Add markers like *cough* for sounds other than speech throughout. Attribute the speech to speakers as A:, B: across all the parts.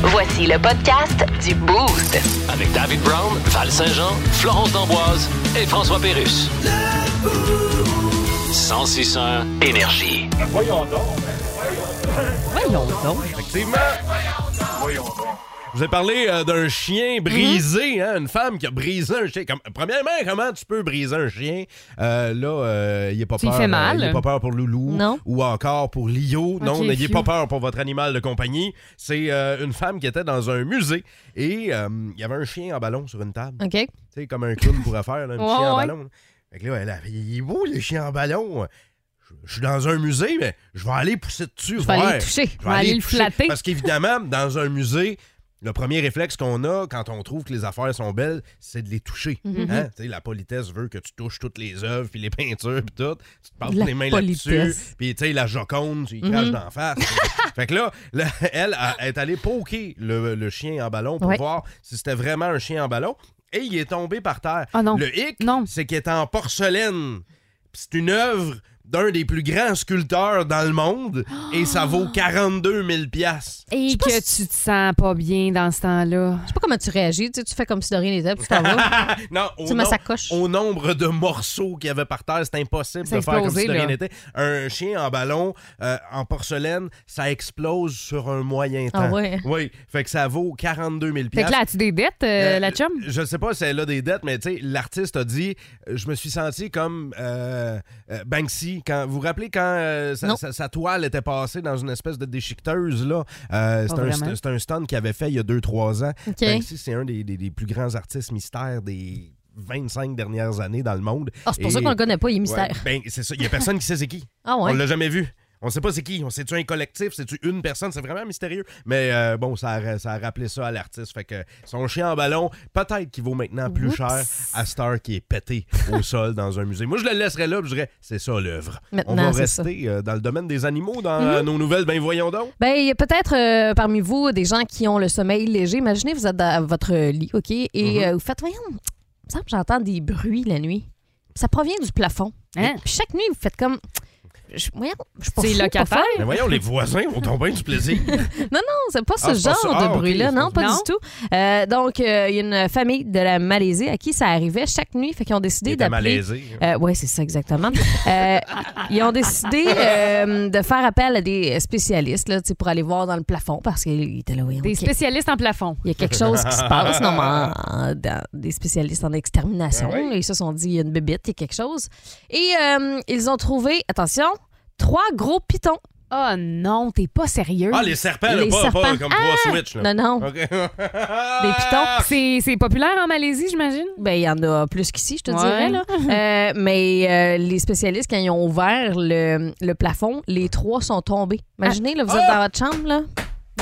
A: Voici le podcast du Boost.
B: Avec David Brown, Val Saint-Jean, Florence D'Amboise et François Pérus. 106 énergie.
C: Voyons donc.
D: Effectivement. Je vous ai parlé euh, d'un
E: Mhm.
D: chien brisé, hein, une femme qui a brisé un chien. Comme- premièrement, comment tu peux briser un chien? Euh, là, euh, il est pas
E: Tu y
D: peur.
E: fais
D: euh,
E: mal.
D: Il est pas peur pour Loulou.
E: Non.
D: Ou encore pour Lio. non,
E: Ok,
D: n'ayez
E: phew.
D: pas peur pour votre animal de compagnie. C'est euh, une femme qui était dans un musée et euh, il y avait un chien en ballon sur une table.
E: OK.
D: Tu sais, comme un clown pourrait faire, là, un petit
E: Ouais,
D: chien en
E: ouais.
D: ballon. là. Fait que là, elle a- il est beau, le chien en ballon. Je- Je suis dans un musée, mais je vais aller pousser dessus.
E: Je vais aller
D: voir.
E: le toucher.
D: Je
E: Je vais aller le
D: toucher.
E: flatter.
D: Parce qu'évidemment, dans un musée, le premier réflexe qu'on a quand on trouve que les affaires sont belles, c'est de les toucher.
F: Mhm.
E: Mhm.
D: Hein? Tu sais, La politesse veut que tu touches toutes les œuvres, puis les *laughs* peintures, puis tout. Tu te passes
E: La
D: tes mains
E: politesse. Mhm.
D: là-dessus. Puis tu sais, la Joconde, tu y craches d'en face. *laughs* fait que là, là, elle elle est allée poker le, le chien en ballon pour
E: Ouais.
D: voir si c'était vraiment un chien en ballon. Et il est tombé par terre.
E: Ah non.
D: Le hic,
E: Non.
D: c'est qu'il est en porcelaine. Puis C'est une œuvre d'un des plus grands sculpteurs dans le monde et ça
E: *gasps*
D: vaut 42 000 piastres.
C: Et que tu te sens pas bien dans ce temps-là.
F: Je sais pas comment tu réagis. Tu, sais, tu fais comme si de rien n'était, puis tu
D: *laughs*
F: t'en vas.
D: Non, au,
F: Tu mets
D: nom-
F: sa coche.
D: au nombre de morceaux qu'il y avait par terre, c'est impossible de
C: Ça a
D: faire comme si
C: explosé,
D: de rien
C: là.
D: n'était. Un chien en ballon, euh, en porcelaine, ça explose sur un moyen temps.
F: Ah ouais?
D: Oui, fait que ça vaut 42 000
C: Fait que là,
D: piastres.
C: as-tu des dettes, euh,
D: Euh,
C: la chum?
D: Je sais pas si elle a des dettes, mais tu sais, l'artiste a dit euh, Je me suis senti comme euh, euh, Banksy. Quand, vous vous rappelez quand euh, sa,
F: Non.
D: sa- sa toile était passée dans une espèce de déchiqueteuse, là Euh, C'est
C: Pas
D: un,
C: vraiment.
D: c'est un stand qu'il avait fait il y a 2-3 ans.
F: OK.
D: Banksy, c'est un des, des- des plus grands artistes mystères des 25 dernières années dans le monde.
F: Ah, c'est pour
D: Et-
F: ça qu'on le connaît pas, il est mystère.
D: Ouais, ben, c'est ça. Il y a personne qui sait c'est qui.
F: Ah
D: On
F: ouais?
D: l'a jamais vu. On sait pas c'est qui. On sait-tu un collectif, c'est-tu une personne, c'est vraiment mystérieux. Mais euh, bon, ça a, ça a rappelé ça à l'artiste. Fait que son chien en ballon, peut-être qu'il vaut maintenant plus cher à Star qui est
F: *laughs*
D: pété au sol dans un musée. Moi, je le laisserais là, puis je dirais, c'est ça l'œuvre. On
F: Maintenant,
D: va
F: c'est ça. Mhm.
D: rester euh, dans le domaine des animaux, dans euh, nos nouvelles. Ben voyons donc.
F: Ben, il y a peut-être euh, parmi vous des gens qui ont le sommeil léger. Imaginez, vous êtes dans votre lit, OK? Et
D: Mhm.
F: euh, vous faites, voyons, il me semble que j'entends des bruits la nuit. Ça provient du plafond.
C: Hein?
F: Puis chaque nuit, vous faites comme. Je, voyons, je suis pas
C: C'est
F: fou,
C: locataire?
F: pas folle.
D: Ben voyons, les voisins vont tomber du
F: *laughs*
D: plaisir.
F: Non, c'est pas
D: Ah,
F: ce
D: c'est pas
F: genre
D: ça. Ah,
F: de
D: ok,
F: bruit-là,
D: c'est
F: non,
D: pas
F: pas
C: ça.
F: du tout. Euh, donc, euh, il y a une famille de la Malaisie à qui ça arrivait chaque nuit, fait qu'ils ont
D: Il
F: décidé
D: était
F: d'appeler.
D: malaisé.
F: Euh, oui, c'est ça, exactement. Euh, ils ont décidé euh, de faire appel à des spécialistes là, tu sais, pour aller voir dans le plafond parce qu'ils étaient là, oui,
C: Des
F: ok,
C: spécialistes en plafond.
F: il y a quelque chose qui se passe. Non, mais en- en- dans- des spécialistes en extermination,
D: Ah oui.
F: là, ils se sont dit, il y a une bébite, il y a quelque chose. Et euh, ils ont trouvé, attention, trois gros pitons.
C: Oh non, t'es pas sérieux.
D: Ah, les serpents, là,
F: Les
D: pas, pas
F: serpents. Ah!
D: comme trois switch. Là.
F: Non, non,
D: Ok.
F: des pitons.
D: *laughs*
C: C'est c'est populaire en Malaisie, j'imagine?
F: Ben, il y en a plus qu'ici, je te
C: Ouais. *laughs*
F: dirais. Là. Euh, mais euh, les spécialistes, quand ils ont ouvert le, le plafond, les trois sont tombés. Imaginez, là, vous
D: Ah!
F: êtes dans votre chambre, là.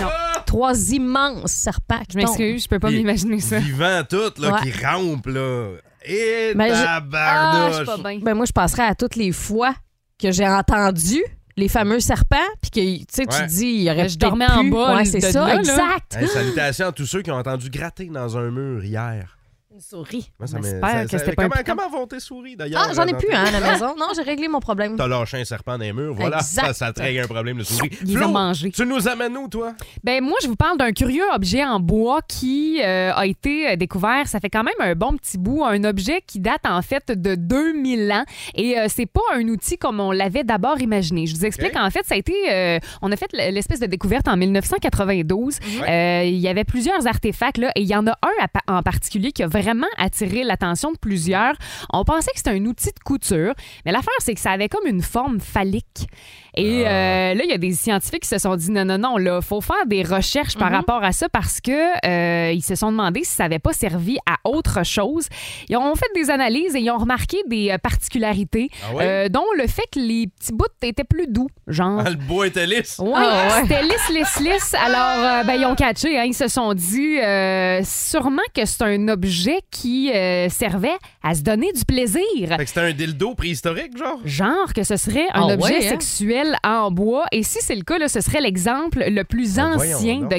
C: Non.
F: Trois immenses serpents qui
C: Je
F: tombent.
C: m'excuse, je peux pas
D: Il-
C: m'imaginer ça.
D: Vivant tout, là,
F: Ouais.
D: qui rampe, là. Et
F: Ben, je-
C: Ah, je suis
D: tabarnouche.
C: pas bien.
F: Ben, moi, je passerais à toutes les fois que j'ai entendu les fameux serpents, puis que, tu sais, tu
D: Ouais.
F: te dis, il y aurait
C: Je
F: peut-être
C: dormais en
F: pu.
C: bas,
F: Ouais,
C: de
F: c'est
C: là,
F: ça,
C: là.
F: exact.
D: Hey, salutations à tous ceux qui ont entendu gratter dans un mur hier.
F: Une souris.
D: Moi,
C: On
D: me-
C: espère que c'était pas un
D: comment,
C: piton.
D: comment vont tes souris, d'ailleurs?
F: Ah, j'en ai
D: dans
F: plus,
D: ta-
F: hein, à la maison. Non, j'ai réglé mon problème.
D: T'as lâché un serpent dans les murs, voilà.
F: Exact.
D: Ça, ça te règle un problème de souris.
C: Ils
D: Flo,
C: ont mangé.
D: tu nous amènes où, toi?
C: Ben moi, je vous parle d'un curieux objet en bois qui euh, a été euh, découvert. Ça fait quand même un bon petit bout. Un objet qui date en fait de 2000 ans. Et euh, c'est pas un outil comme on l'avait d'abord imaginé. Je vous explique. En fait, ça a été. euh, on a fait l'espèce de découverte en 1992. Euh, il y avait plusieurs artefacts là, et il y en a un à pa- en particulier qui a vraiment attiré l'attention de plusieurs. On pensait que c'était un outil de couture, mais l'affaire c'est que ça avait comme une forme phallique. Et euh, là, il y a des scientifiques qui se sont dit non, non, non, là, faut faire des recherches par rapport à ça parce que euh, ils se sont demandé si ça n'avait pas servi à autre chose. Ils ont fait des analyses et ils ont remarqué des euh, particularités,
D: Ah ouais?
C: euh, dont le fait que les petits bouts étaient plus doux, genre.
D: Ah, le bois était lisse.
C: Ouais,
F: Ah ouais.
C: c'était lisse, lisse, lisse. Alors, euh, ben, ils ont catché, hein. ils se sont dit euh, sûrement que c'est un objet qui euh, servait à se donner du plaisir.
D: Fait que c'était un dildo préhistorique, genre?
C: Genre que ce serait un
F: Ah
C: objet
F: ouais, hein?
C: sexuel en bois. Et si c'est le cas, là, ce serait l'exemple le plus
D: Ben, voyons
C: ancien
D: donc.
C: de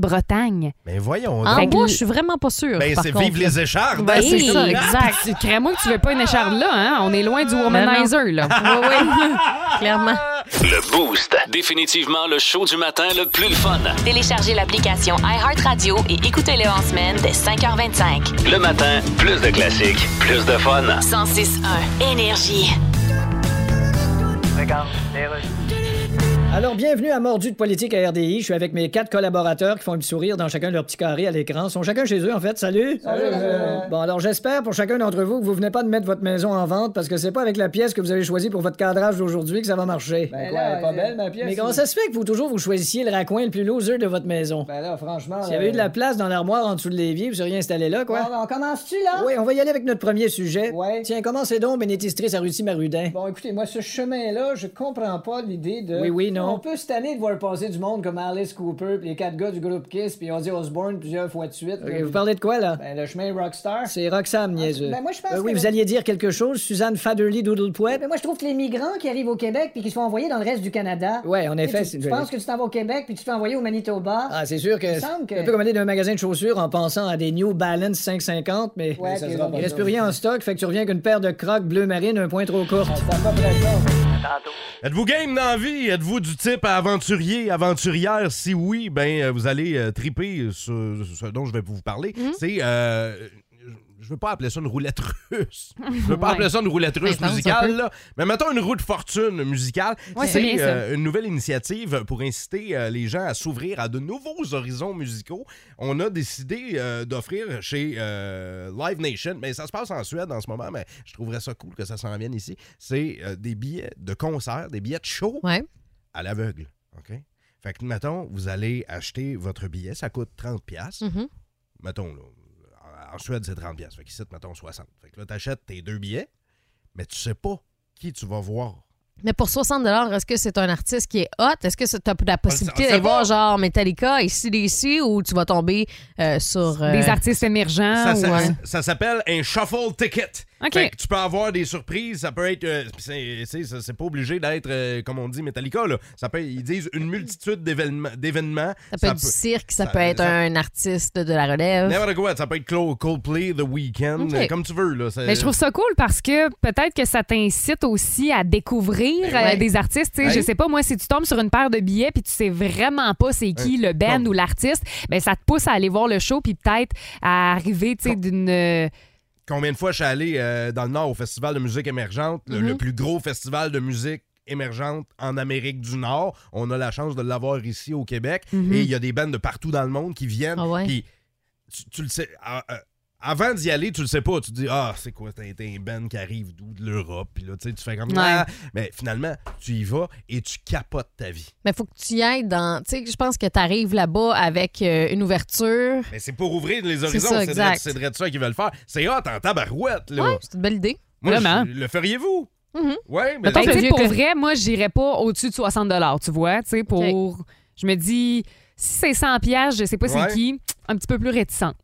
C: Grande-Bretagne.
D: Mais voyons
F: En
C: Fait
D: donc.
C: que
F: bois,
C: l-
F: je suis vraiment pas sûre.
D: Ben,
F: par
D: c'est
F: contre,
D: vive
F: là.
D: les échardes.
F: Ben,
D: hein,
F: c'est
D: c'est
F: ça, Ben,
D: ça.
F: exact. *laughs* *laughs*
C: Crée-moi que tu veux pas une écharde là, hein? On est loin du womanizer, là.
F: Oui, oui, clairement.
B: Le Boost. Définitivement le show du matin le plus le fun.
A: Téléchargez l'application iHeartRadio et écoutez-le en semaine dès 5h25.
B: Le matin, plus de classiques, plus de fun.
A: 106.1 Énergie.
E: Alors, bienvenue à Mordu de politique à RDI. Je suis avec mes quatre collaborateurs qui font un petit sourire dans chacun leur petit carré à l'écran. Ils sont chacun chez eux, en fait. Salut! Salut! Bon, alors j'espère pour chacun d'entre vous que vous venez pas de mettre votre maison en vente parce que c'est pas avec la pièce que vous avez choisie pour votre cadrage d'aujourd'hui que ça va marcher. Ben là, pas belle, ma pièce. Mais comment ça se fait que vous toujours vous choisissiez le raccoin le plus loser de votre maison? Ben là, franchement... S'il y avait eu de la place dans l'armoire en dessous de l'évier, vous seriez installé là, quoi? on commence-tu, là? Oui, on va y aller avec notre premier sujet. Tiens, commencez donc, bénétistrice à Russie Marudin. Bon, écoutez, moi, ce chemin-là, je comprends pas l'idée de... Oui, oui, non. On peut cette année de voir passer du monde comme Alice Cooper, puis les quatre gars du groupe Kiss, puis on dit Osborne plusieurs fois de suite. vous parlez de quoi, là? Ben, le chemin Rockstar. C'est Roxham, niaiseux. Ben, moi, je pense Oui, vous alliez dire quelque chose, Suzanne Faderly Doodlepouet. Ben, moi, je trouve que les migrants qui arrivent au Québec, puis qui se font envoyer dans le reste du Canada. Ouais, en effet. Tu, penses que tu t'en vas au Québec, puis tu te fais envoyer au Manitoba. Ah, c'est sûr que. Un peu comme aller d'un magasin de chaussures en pensant à des New Balance 550, mais. Il reste plus rien en stock, fait que tu reviens qu'une paire de crocs bleu marine un point trop courte.
D: Êtes-vous game d'envie? Êtes-vous du type aventurier, aventurière? Si oui, ben euh, vous allez euh, triper sur sur ce dont je vais vous parler. C'est euh, je veux pas appeler ça une roulette russe. Je veux pas
C: Ouais.
D: appeler ça une roulette russe
F: non, ça
D: musicale, là. mais mettons une roue de fortune musicale.
C: Ouais, c'est bien
D: c'est
C: ça.
D: euh, une nouvelle initiative pour inciter euh, les gens à s'ouvrir à de nouveaux horizons musicaux. On a décidé euh, d'offrir chez euh, Live Nation, mais ça se passe en Suède en ce moment, mais je trouverais ça cool que ça s'en vienne ici. C'est euh, des billets de concert, des billets de show
F: Ouais.
D: à l'aveugle. OK? Fait que, mettons, vous allez acheter votre billet, ça coûte 30$.
C: Mm.
D: pièces
F: Mhm.
D: Mettons, là, en- en Suède, c'est 30$. piastres. Fait qu'ici, mettons 60$. Fait que là, t'achètes tes deux billets, mais tu sais pas qui tu vas voir.
F: Mais pour 60 est-ce que c'est un artiste qui est hot? Est-ce que tu as la possibilité
D: sait
F: d'aller
D: pas.
F: voir genre Metallica et CDC ou tu vas tomber euh, sur... euh,
C: Des artistes émergents.
F: Ah,
D: Ça,
C: ou,
D: ça-
C: euh,
D: ça s'appelle un shuffle ticket.
C: OK.
D: Fait que tu peux avoir des surprises, ça peut être. euh, c'est- c'est ça- c'est pas obligé d'être, euh, comme on dit, Metallica. Là. Ça peut, ils disent une multitude d'événements- d'événements.
F: Ça peut être du cirque, ça,
D: ça-
F: peut être
D: ça-
F: un artiste de la relève.
D: N'importe quoi, ça peut être Clo- Coldplay, The Weeknd,
F: OK. Ben,
D: euh, comme tu veux. Là, C'est-
C: Mais je trouve ça cool parce que peut-être que ça t'incite aussi à découvrir
D: Ben ouais.
C: euh, des artistes. Tu sais,
D: Ouais.
C: Je sais pas, moi, si tu tombes sur une paire de billets puis tu sais vraiment pas c'est qui le band
D: Non.
C: ou l'artiste, ben ça te pousse à aller voir le show puis peut-être à arriver tu sais, d'une. euh,
D: Combien de fois je suis allé euh, dans le Nord au Festival de musique émergente, le,
F: Mhm.
D: le plus gros festival de musique émergente en Amérique du Nord. On a la chance de l'avoir ici au Québec. Et il y a des bandes de partout dans le monde qui viennent.
F: Mhm. Ah ouais.
D: Puis tu, tu le sais. ah, euh, avant d'y aller, tu le sais pas. Tu te dis, ah, c'est quoi, t'as t'as un band qui arrive d'où, de l'Europe. Puis là, tu sais, tu fais comme,
C: Ouais.
D: ah. Mais finalement, tu y vas et tu capotes ta vie.
F: Mais faut que tu y ailles dans... Tu sais, je pense que tu arrives là-bas avec euh, une ouverture.
D: Mais c'est pour ouvrir les
F: C'est
D: horizons.
F: ça,
D: C'est
F: exact.
D: vrai- c'est vrai de ça qu'ils veulent faire. C'est hot en tabarouette, là.
F: Ouais, c'est une belle idée.
D: Moi,
C: Vraiment.
D: je- le feriez-vous?
F: Mhm.
D: Ouais, mais
C: Ben,
F: Mettons
C: tu sais,
F: que-
C: pour vrai, moi, j'irais pas au-dessus de 60 tu vois, tu sais, pour. Je me dis, si c'est 100 pièges, je sais pas
D: Ouais.
C: c'est qui, un petit peu plus réticente.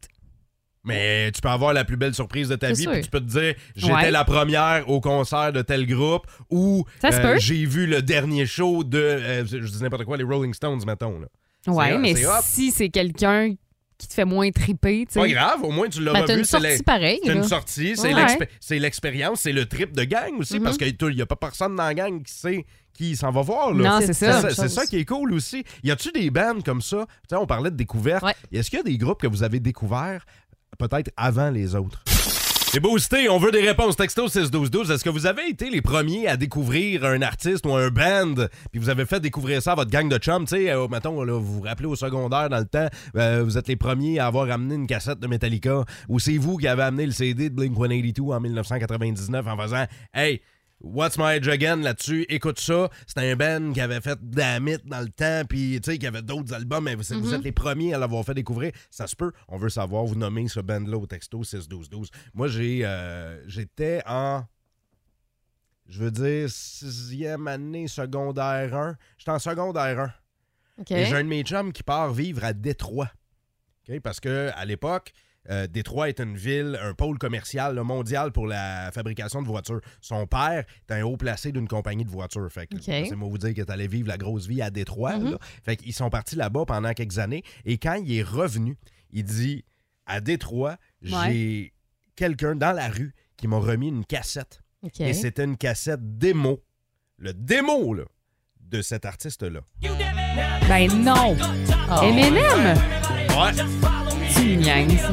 D: Mais tu peux avoir la plus belle surprise de ta
F: C'est
D: vie, puis
F: sûr.
D: tu peux te dire j'étais
C: Ouais.
D: la première au concert de tel groupe ou euh,
C: Ça se peut.
D: j'ai vu le dernier show de euh, je dis n'importe quoi les Rolling Stones mettons là.
C: Ouais,
D: hot,
C: mais
D: c'est hot.
C: si c'est quelqu'un qui te fait moins triper, tu sais.
D: Pas grave, au moins tu l'auras
F: Mais Ben, t'as
D: vu,
F: une
D: c'est la-
F: sortie pareille.
D: c'est
F: là.
D: une sortie, c'est
C: Ouais.
D: l'expé- c'est l'expérience, c'est le trip de gang aussi parce
F: Mhm.
D: qu'il n'y a pas personne dans la gang qui sait qui s'en va voir là.
C: Non, c'est ça.
D: C'est c'est ça qui est cool aussi. Y a-tu des bands comme ça? Tu sais, on parlait de découverte.
F: Ouais.
D: Est-ce qu'il y a des groupes que vous avez découverts peut-être avant les autres? C'est boosté, on veut des réponses. Texto 61212, est-ce que vous avez été les premiers à découvrir un artiste ou un band, puis vous avez fait découvrir ça à votre gang de chums, tu sais, euh, mettons, là, vous vous rappelez au secondaire dans le temps, euh, vous êtes les premiers à avoir amené une cassette de Metallica, ou c'est vous qui avez amené le CD de Blink-182 en 1999 en faisant « Hey, What's My Age Again là-dessus, écoute ça. C'est un band qui avait fait Damit dans le temps, puis tu sais, qui avait d'autres albums, mais vous, vous êtes les premiers à l'avoir fait découvrir. Ça se peut, on veut savoir, vous nommez ce band-là au texto 6-12-12. Moi, j'ai, euh, j'étais en, je veux dire, sixième année secondaire 1. J'étais en secondaire 1.
F: OK.
D: Et j'ai un de mes chums qui part vivre à Détroit. OK? Parce que à l'époque, euh, Détroit est une ville, un pôle commercial là, mondial pour la fabrication de voitures. Son père est un haut placé d'une compagnie de voitures. Fait que
F: OK. Mhm.
D: c'est moi vous dire que t'allais vivre la grosse vie à Détroit. là. Fait qu'ils sont partis là-bas pendant quelques années. Et quand il est revenu, il dit À Détroit, j'ai quelqu'un dans la rue qui m'a remis une cassette.
F: OK.
D: Et c'était une cassette démo. Le démo, là, de cet artiste-là.
C: Ben non! Ah, Eminem!
D: Ouais,
C: Tu niaises.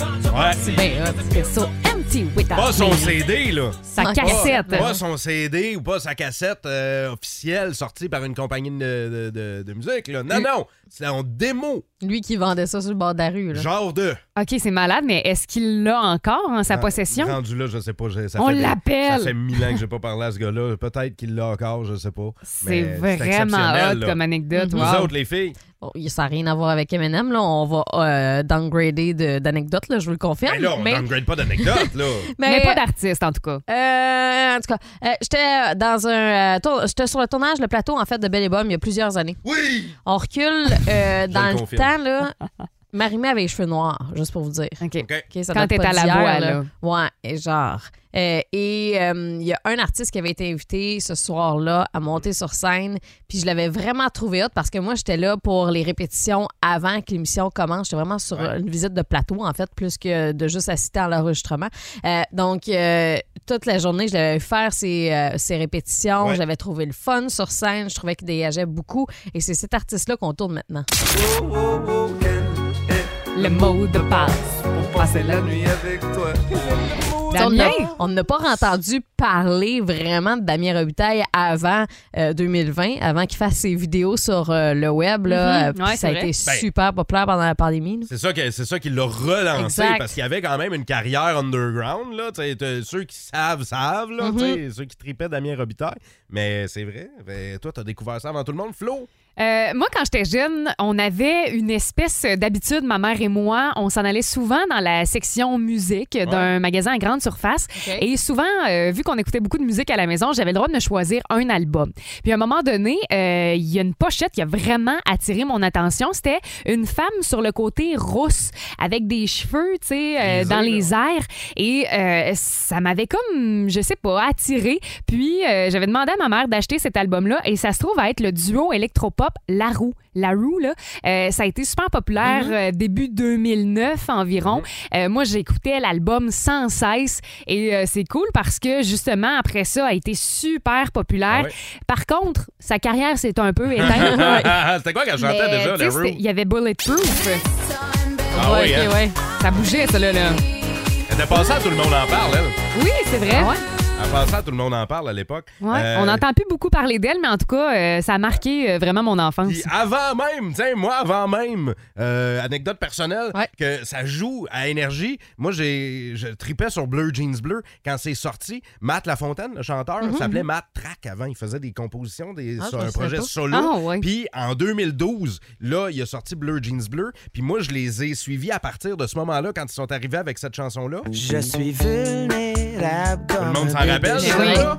D: ouais.
C: Ben, hot, c'est so empty without
D: Pas son
C: me.
D: CD, là.
C: Sa
F: Ouais.
C: cassette.
D: Pas, pas son CD ou pas sa cassette euh, officielle sortie par une compagnie de, de- de- de musique. Là.
C: Mm.
D: Non, non, c'est en démo,
F: Lui qui vendait ça sur le bord de la rue. Là.
D: genre de. Hein?
C: OK, c'est malade, mais est-ce qu'il l'a encore en
D: Ah,
C: sa possession?
D: Rendu là, je sais pas. j'ai- ça
C: On
D: fait des-
C: l'appelle.
D: Ça fait mille ans que j'ai pas parlé à ce gars-là. Peut-être qu'il l'a encore, je sais pas.
C: C'est
D: Mais
C: vraiment
D: Ben, exceptionnel,
C: hot
D: là.
C: comme anecdote.
D: Vous
C: wow.
D: autres, les filles,
F: Bon, Oh, ça n'a rien à voir avec Eminem. Là. On va euh, downgrader de- d'anecdotes, là, je vous le confirme.
D: ben là, on
F: mais,
D: downgrade pas d'anecdotes,
C: *laughs*
D: là.
F: mais-
C: Mais pas d'artiste, en tout cas.
F: Euh, en tout cas, euh, j'étais dans un euh, tour- j'étais sur le tournage, le plateau en fait de Belle et Bomme il y a plusieurs années.
D: Oui!
F: On recule euh, dans
D: le
F: le,
D: confirme.
F: temps là. Marimé avait les cheveux noirs, juste pour vous dire.
C: OK.
D: OK.
F: Ok, ça
C: Quand
F: date pas
C: t'es à la
F: d'hier,
C: voix, là.
F: Ouais, et genre. Euh, et euh, il y a un artiste qui avait été invité ce soir-là à monter sur scène. Puis je l'avais vraiment trouvé hot parce que moi, j'étais là pour les répétitions avant que l'émission commence. J'étais vraiment sur une visite de plateau, en fait, plus que de juste assister à l'enregistrement. Euh, donc, euh, toute la journée, je l'avais fait faire ses, euh, ses répétitions.
D: Ouais.
F: J'avais trouvé le fun sur scène. Je trouvais qu'il dégageait beaucoup. Et c'est cet artiste-là qu'on tourne maintenant.
C: Le mot de passe pour passer la nuit avec toi.
F: On
C: Damien,
F: n'a- On n'a pas entendu parler vraiment de Damien Robitaille avant euh, 2020, avant qu'il fasse ses vidéos sur euh, le web. Là,
C: Mhm.
F: euh, puis
C: Ouais,
F: ça a
C: c'est
F: été
D: Ben,
F: super populaire pendant la pandémie. là.
D: C'est ça, que- c'est ça qui l'a relancé
F: Exact.
D: parce qu'il y avait quand même une carrière underground. Là, t'sais, t'as- ceux qui savent, savent. Là, t'sais,
C: Mm-hmm.
D: Ceux qui tripaient Damien Robitaille. Mais c'est vrai. ben, toi, t'as découvert ça avant tout le monde. Flo,
C: euh, moi, quand j'étais jeune, on avait une espèce d'habitude, ma mère et moi, on s'en allait souvent dans la section musique d'un magasin à grande surface. Et souvent, euh, vu qu'on écoutait beaucoup de musique à la maison, j'avais le droit de me choisir un album. Puis à un moment donné, euh, il y a une pochette qui a vraiment attiré mon attention. C'était une femme sur le côté rousse, avec des cheveux, tu sais, euh,
D: Frisés,
C: dans
D: là.
C: les airs. Et euh, ça m'avait comme, je sais pas, attiré. Puis euh, j'avais demandé à ma mère d'acheter cet album-là et ça se trouve à être le duo électropop La Roue. La Roue, là, euh, ça a été super populaire
D: Mhm.
C: euh, début 2009 environ. Euh, moi, j'écoutais l'album sans cesse et euh, c'est cool parce que justement, après ça, a été super populaire.
D: Ah ouais.
C: Par contre, sa carrière s'est un peu
D: *laughs*
C: éteinte. *laughs* Ouais.
D: c'était quoi quand
C: Mais,
D: j'entends déjà
C: tu sais,
D: la
C: c'était-
D: roue?
C: Il y avait Bulletproof.
D: Ah oui,
C: ok,
D: hein?
C: ouais. Ça bougeait, ça, là. là.
D: Elle était passée à tout le monde en parle. Elle,
C: Oui, c'est vrai.
D: elle passait à tout le monde en parle à l'époque.
C: Ouais,
D: Euh,
C: On n'entend plus beaucoup parler d'elle, mais en tout cas, euh, ça a marqué euh, vraiment mon enfance.
D: Puis avant même, tiens, moi, avant même, euh, anecdote personnelle,
F: Ouais.
D: que ça joue à énergie. Moi, j'ai, je tripais sur Bleu Jeans Bleu quand c'est sorti. Matt Lafontaine, le chanteur, s'appelait Matt Track avant. Il faisait des compositions des,
F: Mhm. Ah,
D: sur
F: je
D: un
F: sais
D: projet
F: pas.
D: solo.
C: Ah, ouais.
D: Puis en 2012, là, il a sorti Bleu Jeans Bleu. Puis moi, je les ai suivis à partir de ce moment-là quand ils sont arrivés avec cette chanson-là.
G: Je suis vulnérable
D: Tout
G: comme
D: le monde s'en
G: un
D: rappelle,
G: bébé
F: Oui.
D: ça?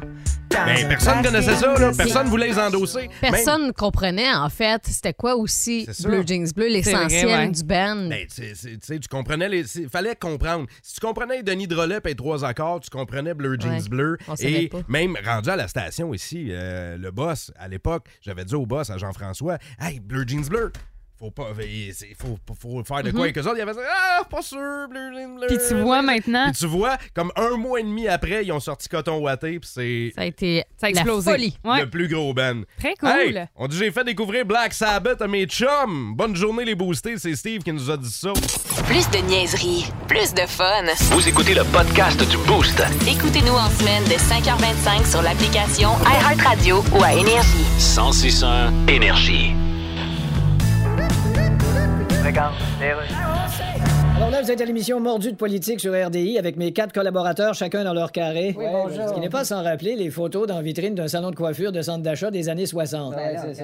G: dans
D: Mais
G: un
D: personne
G: paquet
D: connaissait ça, là.
G: de
D: Personne voulait les endosser. Même-
F: Personne ne comprenait, en fait, c'était quoi aussi
D: C'est ça.
F: Blue Jeans Bleu, l'essentiel
C: vrai, ouais.
F: du band.
D: Ben, tu sais, tu sais, tu comprenais les. c'est- Fallait comprendre. Si tu comprenais Denis Drolet et trois accords, tu comprenais Bleu Jeans
F: Ouais,
D: Bleu.
F: on savait
D: Et
F: pas.
D: même rendu à la station ici, euh, le boss, à l'époque, j'avais dit au boss, à Jean-François, Hey, Bleu Jeans Bleu! Faut pas. il- c'est- Faut, faut- faut faire de quoi avec eux autres. Il avait dit Ah, pas sûr, Bleu Jeans Bleu.
C: Mhm. Puis tu vois hein? maintenant,
D: Puis tu vois, comme un mois et demi après, ils ont sorti Coton Watté, puis c'est
F: Ça a été
C: ça a explosé.
F: la folie.
C: Ouais.
D: le plus gros band.
C: Très cool.
D: Hey, on dit j'ai fait découvrir Black Sabbath à mes chums. Bonne journée, les boostés. C'est Steve qui nous a dit ça.
A: Plus de niaiserie, plus de fun.
B: Vous écoutez le podcast du Boost.
A: Écoutez-nous en semaine de 5h25 sur l'application iHeartRadio ou à Énergie.
B: 1061 Énergie.
E: Alors là, vous êtes à l'émission Mordu de politique sur RDI avec mes quatre collaborateurs, chacun dans leur carré. Ce qui n'est pas sans rappeler les photos dans vitrine d'un salon de coiffure de centre d'achat des années 60.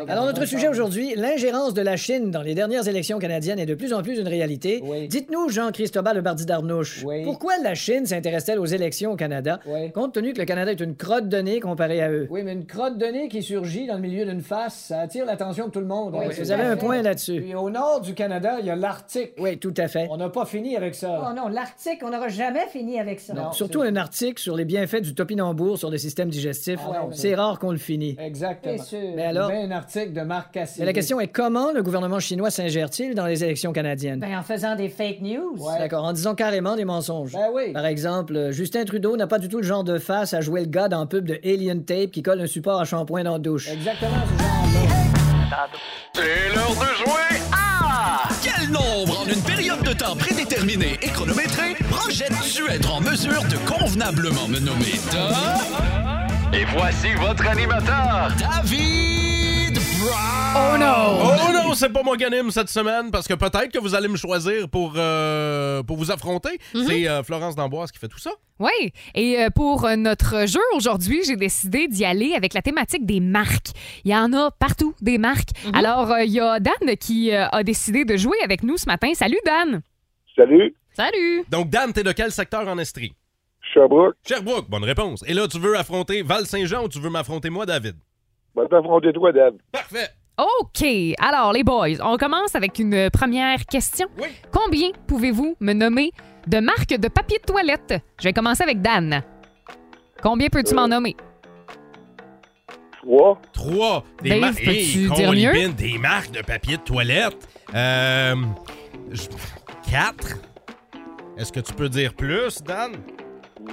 E: Alors, notre sujet aujourd'hui, l'ingérence de la Chine dans les dernières élections canadiennes est de plus en plus une réalité. Dites-nous, Jean-Christobal Le Bardi d'Arnouche, pourquoi la Chine s'intéresse-t-elle aux élections au Canada, compte tenu que le Canada est une crotte de nez comparée à eux? Oui, mais une crotte de nez qui surgit dans le milieu d'une face, ça attire l'attention de tout le monde. vous avez un point là-dessus. au nord du Canada, il y a l'Arctique. Oui, tout à fait. On n'a pas pas fini avec ça.
H: Oh non, l'article, on n'aura jamais fini avec ça.
E: Non, surtout un article sur les bienfaits du topinambour sur le système digestif.
H: Ah ouais, ouais.
E: c'est rare qu'on le finit.
H: Exactement. C'est sûr.
E: Mais alors- Ben,
H: un article de Marc Cassidy.
E: Mais la question est comment le gouvernement chinois s'ingère-t-il dans les élections canadiennes?
H: Ben, en faisant des fake news.
E: D'accord, en disant carrément des mensonges.
H: Ben oui.
E: Par exemple, euh, Justin Trudeau n'a pas du tout le genre de face à jouer le gars dans le pub de Alien Tape qui colle un support à shampoing dans la douche.
H: Exactement ce genre-là.
B: C'est l'heure de jouer!
I: Ah! Quel nombre en une période de temps prédéterminée et chronométrée projettes-tu être en mesure de convenablement me nommer Tom,
B: Et voici votre animateur!
I: David Brown?
D: Oh non, c'est pas moi qui anime cette semaine parce que peut-être que vous allez me choisir pour, euh, pour vous affronter.
C: Mhm.
D: C'est euh, Florence D'Amboise qui fait tout ça.
C: Oui, et euh, pour euh, notre jeu aujourd'hui, j'ai décidé d'y aller avec la thématique des marques. Il y en a partout, des marques.
F: Mhm.
C: Alors, euh, il y a Dan qui euh, a décidé de jouer avec nous ce matin. Salut, Dan!
J: Salut,
C: Salut!
D: Donc, Dan, t'es de quel secteur en Estrie?
J: Sherbrooke.
D: Sherbrooke, bonne réponse. Et là, tu veux affronter Val-Saint-Jean ou tu veux m'affronter moi, David?
J: Va t'affronter toi, Dave.
D: Parfait.
C: OK, alors les boys, on commence avec une première question.
D: Oui.
C: Combien pouvez-vous me nommer de marques de papier de toilette? Je vais commencer avec Dan. Combien peux-tu
D: Euh,
C: m'en nommer?
J: Trois.
D: Trois. Des
C: Dave,
D: marques.
C: peux-tu dire mieux?
D: Des marques de papier de toilette. Euh, je- Quatre. Est-ce que tu peux dire plus, Dan?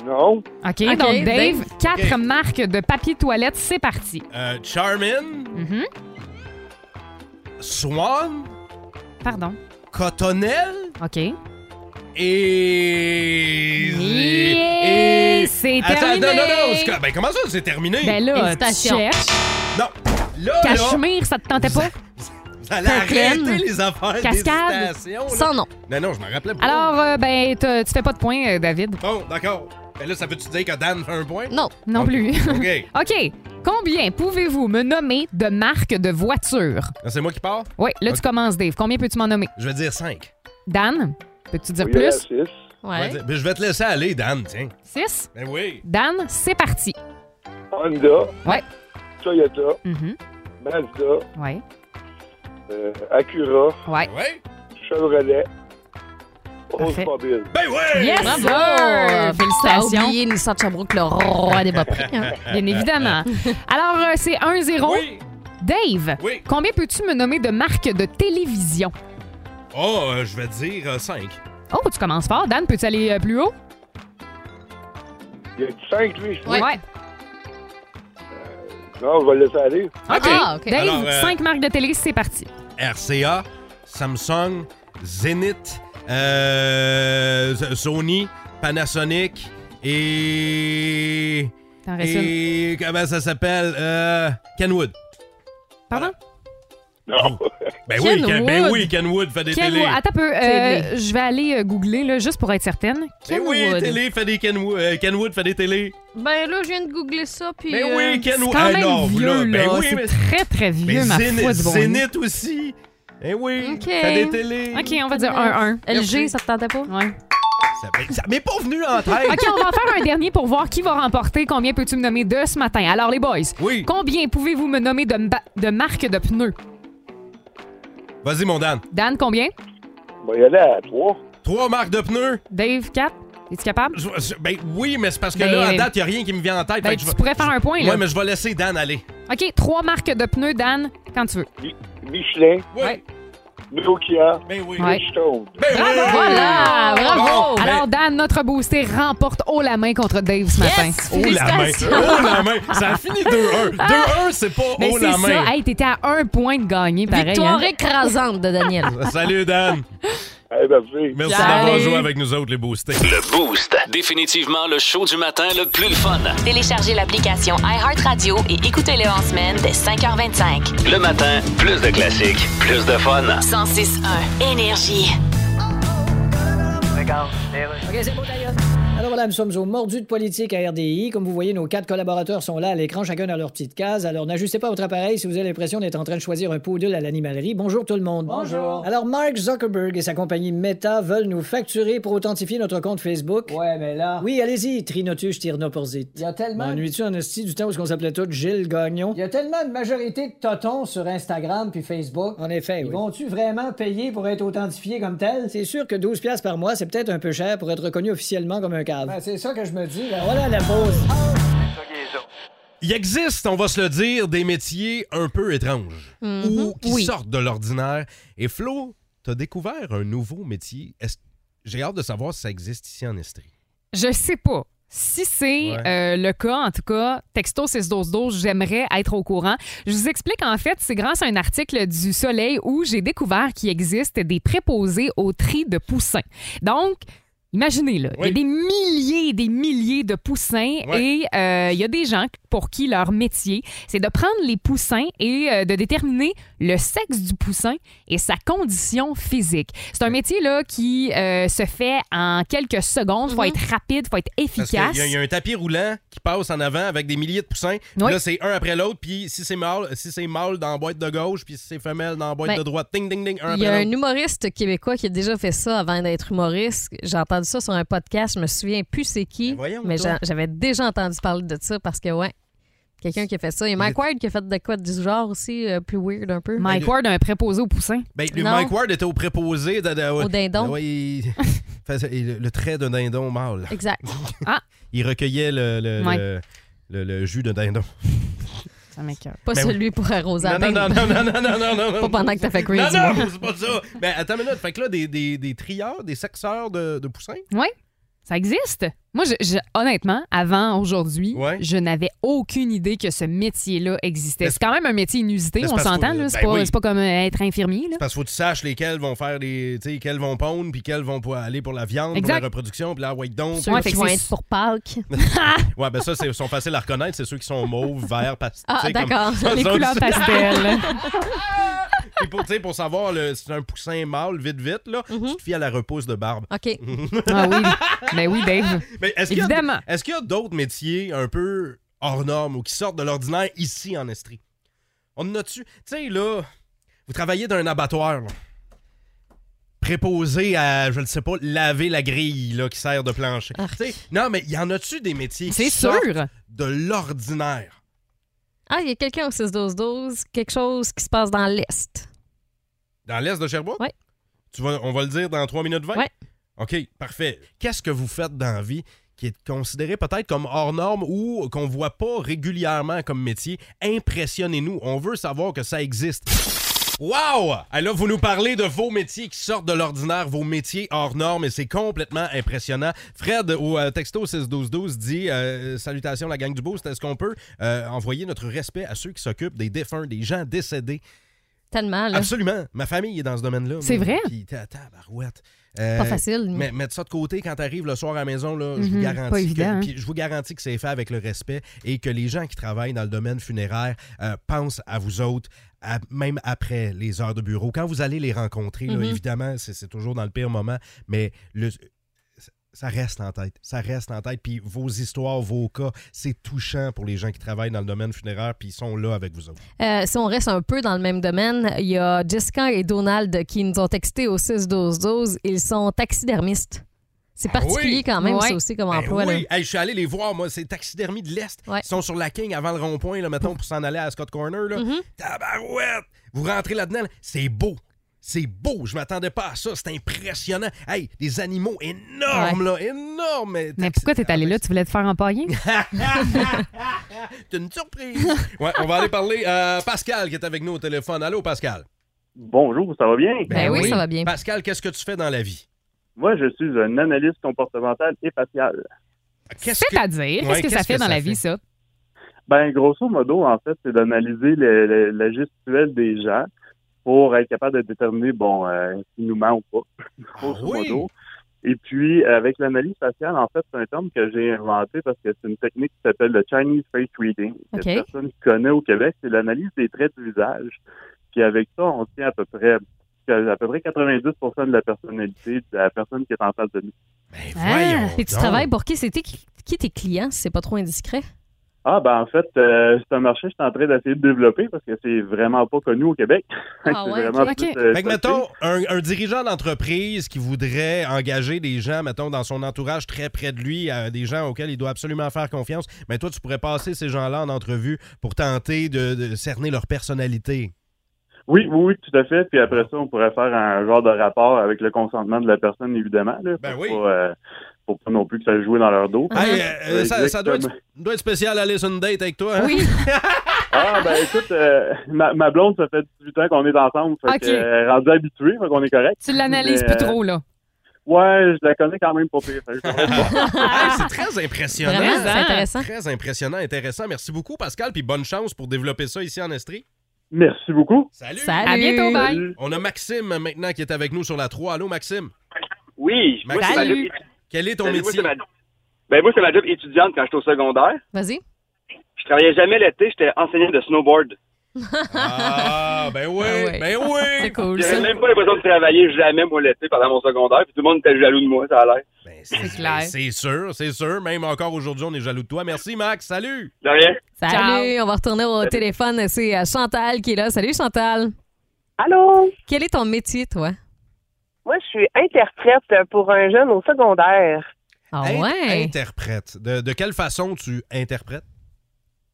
J: Non.
C: OK, donc Dave,
F: Dave.
C: quatre
D: OK.
C: marques de papier de toilette, c'est parti.
D: Euh, Charmin,
C: Mhm.
D: Swan,
C: Pardon.
D: Cotonel
C: OK.
D: et...
C: Yeah, c'est
D: Attends, non,
C: terminé.
D: non, non, c'est co- ben, comment ça, c'est terminé?
C: Ben là, tu
F: Hésitation.
C: cherches.
D: non, là, là,
C: Cachemire, ça te tentait pas?
D: vous allez arrêter
F: Coquine.
D: les affaires
C: Cascade.
D: d'hésitation, là.
F: Sans nom.
D: Non, non, je m'en rappelais pas.
C: Alors, euh, ben, t'as- tu fais pas de point, euh, David.
D: Bon, d'accord. Ben là, ça veut-tu dire que Dan fait un point?
F: Non.
C: Non
D: Ok,
C: plus.
D: *laughs*
C: *laughs*
D: OK.
C: OK. Combien pouvez-vous me nommer de marques de voitures?
D: Là, C'est moi qui pars?
C: Oui, là, tu
D: Ok.
C: commences, Dave. Combien peux-tu m'en nommer?
D: Je vais dire 5.
C: Dan, peux-tu dire
J: Il
D: euh,
J: y en a
C: plus?
J: six.
F: Ouais.
D: je vais te laisser aller, Dan, tiens.
C: Six.
D: Ben oui.
C: Dan, c'est parti.
J: Honda.
C: Ouais.
J: Toyota.
C: Mhm.
J: Mazda.
C: Ouais,
J: euh, Acura.
C: ouais.
D: Ben oui.
J: Chevrolet.
C: Parfait.
J: Oldsmobile.
D: Ben oui!
C: Yes,
F: Bravo!
C: sir!
F: T'as
C: Félicitations, Oh,
F: oublié Nissan de Sherbrooke, le roi des bas prix.
D: *laughs*
F: hein.
C: bien évidemment. Alors, euh, c'est 1-0.
D: Oui,
C: Dave,
D: oui.
C: combien peux-tu me nommer de marques de télévision?
D: Oh, euh, je vais dire 5.
C: Oh, tu commences fort. Dan, peux-tu aller euh, plus haut?
J: Il y a du cinq, lui, je pense.
F: Ouais.
J: Non, je vais le laisser aller.
C: OK.
F: Ah, OK.
C: Dave,
D: Alors, euh,
C: cinq marques de télé, c'est parti.
D: RCA, Samsung, Zenith, euh, Z- Sony, Panasonic et...
C: T'en restes une.
D: Et comment ça s'appelle? Euh, Kenwood.
C: Pardon?
J: Non.
D: Ben oui,
F: Kenwood.
D: Ken- ben oui, Kenwood fait des
C: Kenwood.
D: télés.
C: Attends un peu. euh,
F: Télé.
C: je vais aller euh, googler, là, juste pour être certaine.
D: Ben
F: Kenwood.
D: oui, télé fait des Kenwood. euh, Kenwood fait des télés.
F: Ben là, je viens de googler ça, puis...
D: Ben oui,
C: euh, C'est
D: Kenwood.
C: quand
D: Ah
C: même
D: non,
C: vieux,
D: là,
C: là.
D: ben oui,
C: c'est
D: mais-
C: très, très vieux,
D: Mais
C: ma foi du
D: Zenith,
C: bon Dieu.
D: Zenith aussi. Ben oui,
F: Ok.
D: fait des télés.
C: OK, on va dire 1-1.
F: LG, ça te tentait pas?
C: Ouais.
D: Ça, m'est- ça m'est pas venu en tête.
C: OK, on va en faire un dernier pour voir qui va remporter. Combien peux-tu me nommer de ce matin? Alors, les boys,
D: Oui,
C: combien pouvez-vous me nommer de, mba- de marques de pneus?
D: vas-y, mon Dan.
C: Dan, combien?
J: *laughs* On va y aller à trois.
D: Trois marques de pneus.
C: Dave, 4? Es-tu capable?
D: Je- je- ben oui, mais c'est parce que
C: Ben-
D: là, à date, il a rien qui me vient en tête.
C: Ben,
D: fait que
C: tu
D: je vais-
C: pourrais faire un point, là.
D: Ouais, mais je vais laisser Dan aller.
C: OK, trois marques de pneus, Dan, quand tu veux.
J: Mi- Michelin.
D: Oui.
C: Ouais.
J: Nokia.
D: Ben oui.
C: Ouais.
J: Stone.
D: Ben oui.
F: Voilà, bravo!
D: Bon,
C: Ah, Alors, Dan, notre boosté remporte haut la main contre Dave ce matin.
D: ben, oh la main. Oh la main. Ça a fini 2-1. 2-1, c'est pas
C: Mais
D: oh
C: Ah! Ben, c'est
D: la main.
C: ça. Hey, t'étais à un point de gagner, pareil.
F: Victoire
C: hein.
F: écrasante de Daniel.
D: Salut, Dan.
J: Eh ben, c'est-
D: Merci
F: Salut.
D: d'avoir joué avec nous autres, les boostés.
B: Le Boost. Définitivement le show du matin le plus le fun.
A: Téléchargez l'application iHeartRadio et écoutez-le en semaine dès 5h25.
B: Le matin, plus de classiques, plus de fun.
A: 106.1 Énergie.
E: OK, c'est beau, ta gueule. Alors voilà, nous sommes au mordu de politique à RDI. Comme vous voyez, nos quatre collaborateurs sont là à l'écran, chacun dans leur petite case. Alors n'ajustez pas votre appareil si vous avez l'impression d'être en train de choisir un poodle à l'animalerie. Bonjour tout le monde.
H: Bonjour.
E: Alors Mark Zuckerberg et sa compagnie Meta veulent nous facturer pour authentifier notre compte Facebook.
H: Ouais, mais là,
E: Oui, allez-y, Trinotus Tirnoporzit.
H: il y a tellement...
E: M'ennuies-tu en hostie du temps où on s'appelait tous Gilles Gagnon?
H: Il y a tellement de majorité de totons sur Instagram puis Facebook.
E: En effet,
H: Ils
E: oui.
H: vont-tu vraiment payer pour être authentifiés comme tels?
E: C'est sûr que 12 piastres par mois, c'est peut-être un peu cher pour être reconnu officiellement comme un cave.
H: Ben, c'est ça que je me dis. là.
E: Voilà la pause.
D: Il existe, on va se le dire, des métiers un peu étranges
C: Mm-hmm.
D: ou qui
F: Oui.
D: sortent de l'ordinaire. Et Flo, t'as découvert un nouveau métier. Est-ce- J'ai hâte de savoir si ça existe ici en Estrie.
C: Je sais pas. Si c'est
D: Ouais.
C: euh, le cas, en tout cas, texto 61212, j'aimerais être au courant. Je vous explique, en fait, c'est grâce à un article du Soleil où j'ai découvert qu'il existe des préposés au tri de poussins. Donc, imaginez, là, il y
D: Oui.
C: a des milliers et des milliers de poussins
D: Ouais.
C: et euh, il y a des gens pour qui leur métier, c'est de prendre les poussins et euh, de déterminer le sexe du poussin et sa condition physique. C'est un métier là, qui euh, se fait en quelques secondes. Il faut
F: Mhm.
C: être rapide, il faut être
D: Parce qu'il y a-
C: efficace.
D: il y, a un tapis roulant qui passe en avant avec des milliers de poussins. Puis
C: Oui.
D: Là, c'est un après l'autre. Puis si c'est mâle, si c'est mâle dans la boîte de gauche, puis si c'est femelle dans la boîte
F: Ben,
D: de droite, ding, ding, ding, un
F: Il y a
D: après
F: un
D: l'autre.
F: humoriste québécois qui a déjà fait ça avant d'être humoriste. J'ai entendu ça sur un podcast, je me souviens plus c'est qui,
D: Ben voyons,
F: mais
D: toi.
F: j'a- j'avais déjà entendu parler de ça parce que, ouais, quelqu'un qui a fait ça. Et Mike
D: Il
F: Ward qui a fait de quoi du genre aussi, euh, plus weird un peu.
C: Mike Ward a un préposé au poussin.
D: Ben, le
F: Non.
D: Mike Ward était au préposé. de- de-
F: Au dindon.
D: Ouais,
F: *laughs*
D: il- faisait- il- le trait d'un dindon mâle. *laughs*
F: Exact.
D: Il recueillait le, le-
C: Ouais.
D: le- le- le jus de dindon.
C: Ça m'écoeure.
F: Pas
D: Ben oui.
F: celui pour arroser la
D: Non, non, non,
F: dinde.
D: non, non, non, non, non, non, non.
F: *laughs* Pas pendant que t'as fait
D: Non,
F: crazy.
D: non, c'est pas ça. Ben, attends une minute. Fait que là, des, des, des trieurs, des sexeurs de, de poussins.
C: Ça existe? Moi, je- je- honnêtement, avant aujourd'hui,
D: Ouais.
C: je n'avais aucune idée que ce métier-là existait.
D: Mais
C: C'est quand même un métier inusité,
D: mais c'est
C: on
D: parce que-
C: s'entend. là. C'est
D: ben
C: pas,
D: oui.
C: c'est pas comme euh, être infirmier. là.
D: *laughs* Parce qu'il faut que tu saches lesquels vont faire des. Tu sais, quels vont pondre, puis quels vont pour- aller pour la viande,
C: Exact.
D: pour la reproduction, puis la white donc.
F: Ceux
C: Ouais, fait
F: qui
C: que
F: vont
C: c'est-
F: être pour Pâques.
D: Ouais, ben ça, c'est- sont faciles à reconnaître. C'est ceux qui sont mauves, verts, pastel.
F: Ah,
D: tu sais, *laughs* comme-
F: d'accord.
C: Les
D: Ça,
C: couleurs
D: ça-
C: pastel.
D: Puis pour, tu sais, pour savoir le- si c'est un poussin mâle, vite, vite, là,
F: Mm-hmm.
D: tu te fies à la repousse de barbe. *laughs*
F: OK.
C: ah oui. Ben oui, Dave.
D: Mais est-ce qu'il y a-
C: Évidemment.
D: est-ce qu'il y a, d'autres métiers un peu hors normes ou qui sortent de l'ordinaire ici en Estrie? On en a-tu? Tu sais, là, vous travaillez dans un abattoir, là. préposé à, je ne sais pas, laver la grille là, qui sert de plancher.
F: Arc.
D: Tu sais, Non, mais y en a-tu des métiers qui
C: Ah. C'est
D: sortent
C: sûr.
D: de l'ordinaire?
F: Ah, il y a quelqu'un au 6-12-12, quelque chose qui se passe dans l'Est.
D: Dans l'Est de Sherbrooke?
F: Ouais.
D: Tu vas, on va le dire dans 3 minutes 20?
F: Ouais.
D: OK, parfait. Qu'est-ce que vous faites dans la vie qui est considéré peut-être comme hors norme ou qu'on voit pas régulièrement comme métier? Impressionnez-nous. On veut savoir que ça existe. Wow! Alors, vous nous parlez de vos métiers qui sortent de l'ordinaire, vos métiers hors normes, et c'est complètement impressionnant. Fred, au euh, texto 61212, dit euh, Salutations, la gang du Boost. Est-ce qu'on peut euh, envoyer notre respect à ceux qui s'occupent des défunts, des gens décédés?
F: Tellement, là.
D: Absolument. Ma famille est dans ce domaine-là.
C: C'est
D: moi.
C: vrai?
D: Puis, ta- tabarouette. Euh,
F: Pas facile.
D: Mais
F: mais-
D: mettre ça de côté quand t'arrives le soir à la maison, là, je vous
C: Mhm,
D: garantis.
C: pas
D: que-
C: évident, hein.
D: puis je vous garantis que c'est fait avec le respect et que les gens qui travaillent dans le domaine funéraire euh, pensent à vous autres, à- même après les heures de bureau. Quand vous allez les rencontrer, là,
F: Mhm.
D: évidemment, c'est c'est toujours dans le pire moment, mais le. Ça reste en tête. Ça reste en tête. Puis vos histoires, vos cas, c'est touchant pour les gens qui travaillent dans le domaine funéraire, puis ils sont là avec vous autres.
F: Euh, si on reste un peu dans le même domaine, il y a Jessica et Donald qui nous ont texté au 6-12-12. Ils sont taxidermistes. C'est
D: Ah oui?
F: particulier quand même,
C: Ouais.
F: ça aussi, comme
D: Ben
F: emploi. là.
D: oui. Hey, je suis allé les voir, moi. C'est taxidermie de l'Est.
F: Ouais.
D: Ils sont sur la King avant le rond-point, là, mettons, pour s'en aller à Scott Corner. Là.
F: Mm-hmm.
D: Tabarouette! Vous rentrez là-dedans, là, c'est beau. C'est beau, je m'attendais pas à ça, c'est impressionnant. Hey, des animaux énormes, là, énormes.
C: Mais
D: taxi- *laughs*
C: pourquoi t'es allé là? Tu voulais te faire empailler?
D: C'est une surprise. ouais, on va aller parler à Pascal qui est avec nous au téléphone. Allô, Pascal?
K: Bonjour, ça va bien?
F: Ben oui, ça va bien.
D: Pascal, qu'est-ce que tu fais dans la vie?
K: Moi, je suis un analyste comportemental et facial.
D: Qu'est-ce que...
C: C'est-à-dire,
D: Ouais,
C: qu'est-ce que ça
D: qu'est-ce
C: fait
D: que
C: dans
D: ça
C: la
D: fait?
C: vie, ça?
K: Ben, grosso modo, en fait, c'est d'analyser le- le- la gestuelle des gens pour être capable de déterminer, bon, euh, s'il nous ment ou pas, *laughs* grosso
D: Ah oui?
K: modo. Et puis, avec l'analyse faciale, en fait, c'est un terme que j'ai inventé parce que c'est une technique qui s'appelle le Chinese Face Reading.
F: OK.
K: Que personne connaît au Québec, c'est l'analyse des traits du visage. Puis avec ça, on tient à peu près à peu près 90 de la personnalité de la personne qui est en face de nous.
D: Ben
F: Ah,
K: voyons
F: et tu
K: donc.
F: travailles pour qui? C'était qui, qui tes clients, si c'est pas trop indiscret?
K: Ah, ben en fait, euh, c'est un marché que je suis en train d'essayer de développer parce que c'est vraiment pas connu au Québec. *laughs*
F: Ah
K: C'est
F: ouais,
K: vraiment
F: ok.
K: plus, euh,
D: Fait
K: facile.
D: que, mettons, un, un dirigeant d'entreprise qui voudrait engager des gens, mettons, dans son entourage très près de lui, euh, des gens auxquels il doit absolument faire confiance, mais toi, tu pourrais passer ces gens-là en entrevue pour tenter de, de cerner leur personnalité.
K: Oui, oui, oui, tout à fait. Puis après ça, on pourrait faire un genre de rapport avec le consentement de la personne, évidemment. Là,
D: Ben
K: pour, pas, euh, pour pas non plus que ça joue dans leur dos.
D: Hey, euh, euh, ça, ça doit être,
K: Exactement.
D: doit être spécial aller sur une date avec toi. hein? *laughs* Oui.
K: Ah, ben écoute, euh, ma, ma blonde, ça fait 18 ans qu'on est ensemble. Fait
C: Ok.
K: que, euh, rendu habitué, fait qu'on est correct.
C: Tu l'analyses
K: Mais,
C: plus trop, là.
K: euh, Ouais, je la connais quand même pas pire. Fait que je
D: *laughs*
K: pourrais-
D: c'est très impressionnant.
C: Vraiment, c'est intéressant.
D: Très impressionnant, intéressant. Merci beaucoup, Pascal, puis bonne chance pour développer ça ici en Estrie.
K: Merci beaucoup.
D: Salut.
C: Salut. À bientôt, bye. Salut.
D: On a Maxime maintenant qui est avec nous sur la 3. Allô, Maxime?
L: Oui, moi, c'est ma job.
D: Quel est ton
L: Salut, moi,
D: métier?
L: c'est ma- Ben, moi, c'est ma job étudiante quand j'étais au secondaire.
F: Vas-y.
L: Je travaillais jamais l'été, j'étais enseignant de snowboard.
D: Ah, ben oui, ben oui.
F: C'est cool,
L: J'avais même pas l'impression de travailler jamais, moi, l'été pendant mon secondaire. Puis tout le monde était jaloux de moi, ça a l'air.
D: Ben, C'est
F: clair.
D: C'est sûr, c'est sûr. Même encore aujourd'hui, on est jaloux de toi. Merci, Max. Salut.
L: De rien.
F: Salut, on va retourner au
D: Salut.
F: téléphone. C'est euh, Chantal qui est là. Salut Chantal.
M: Allô?
F: Quel est ton métier, toi?
M: Moi, je suis interprète pour un jeune au secondaire.
F: Ah
M: ouais?
D: Interprète. De, de quelle façon tu interprètes?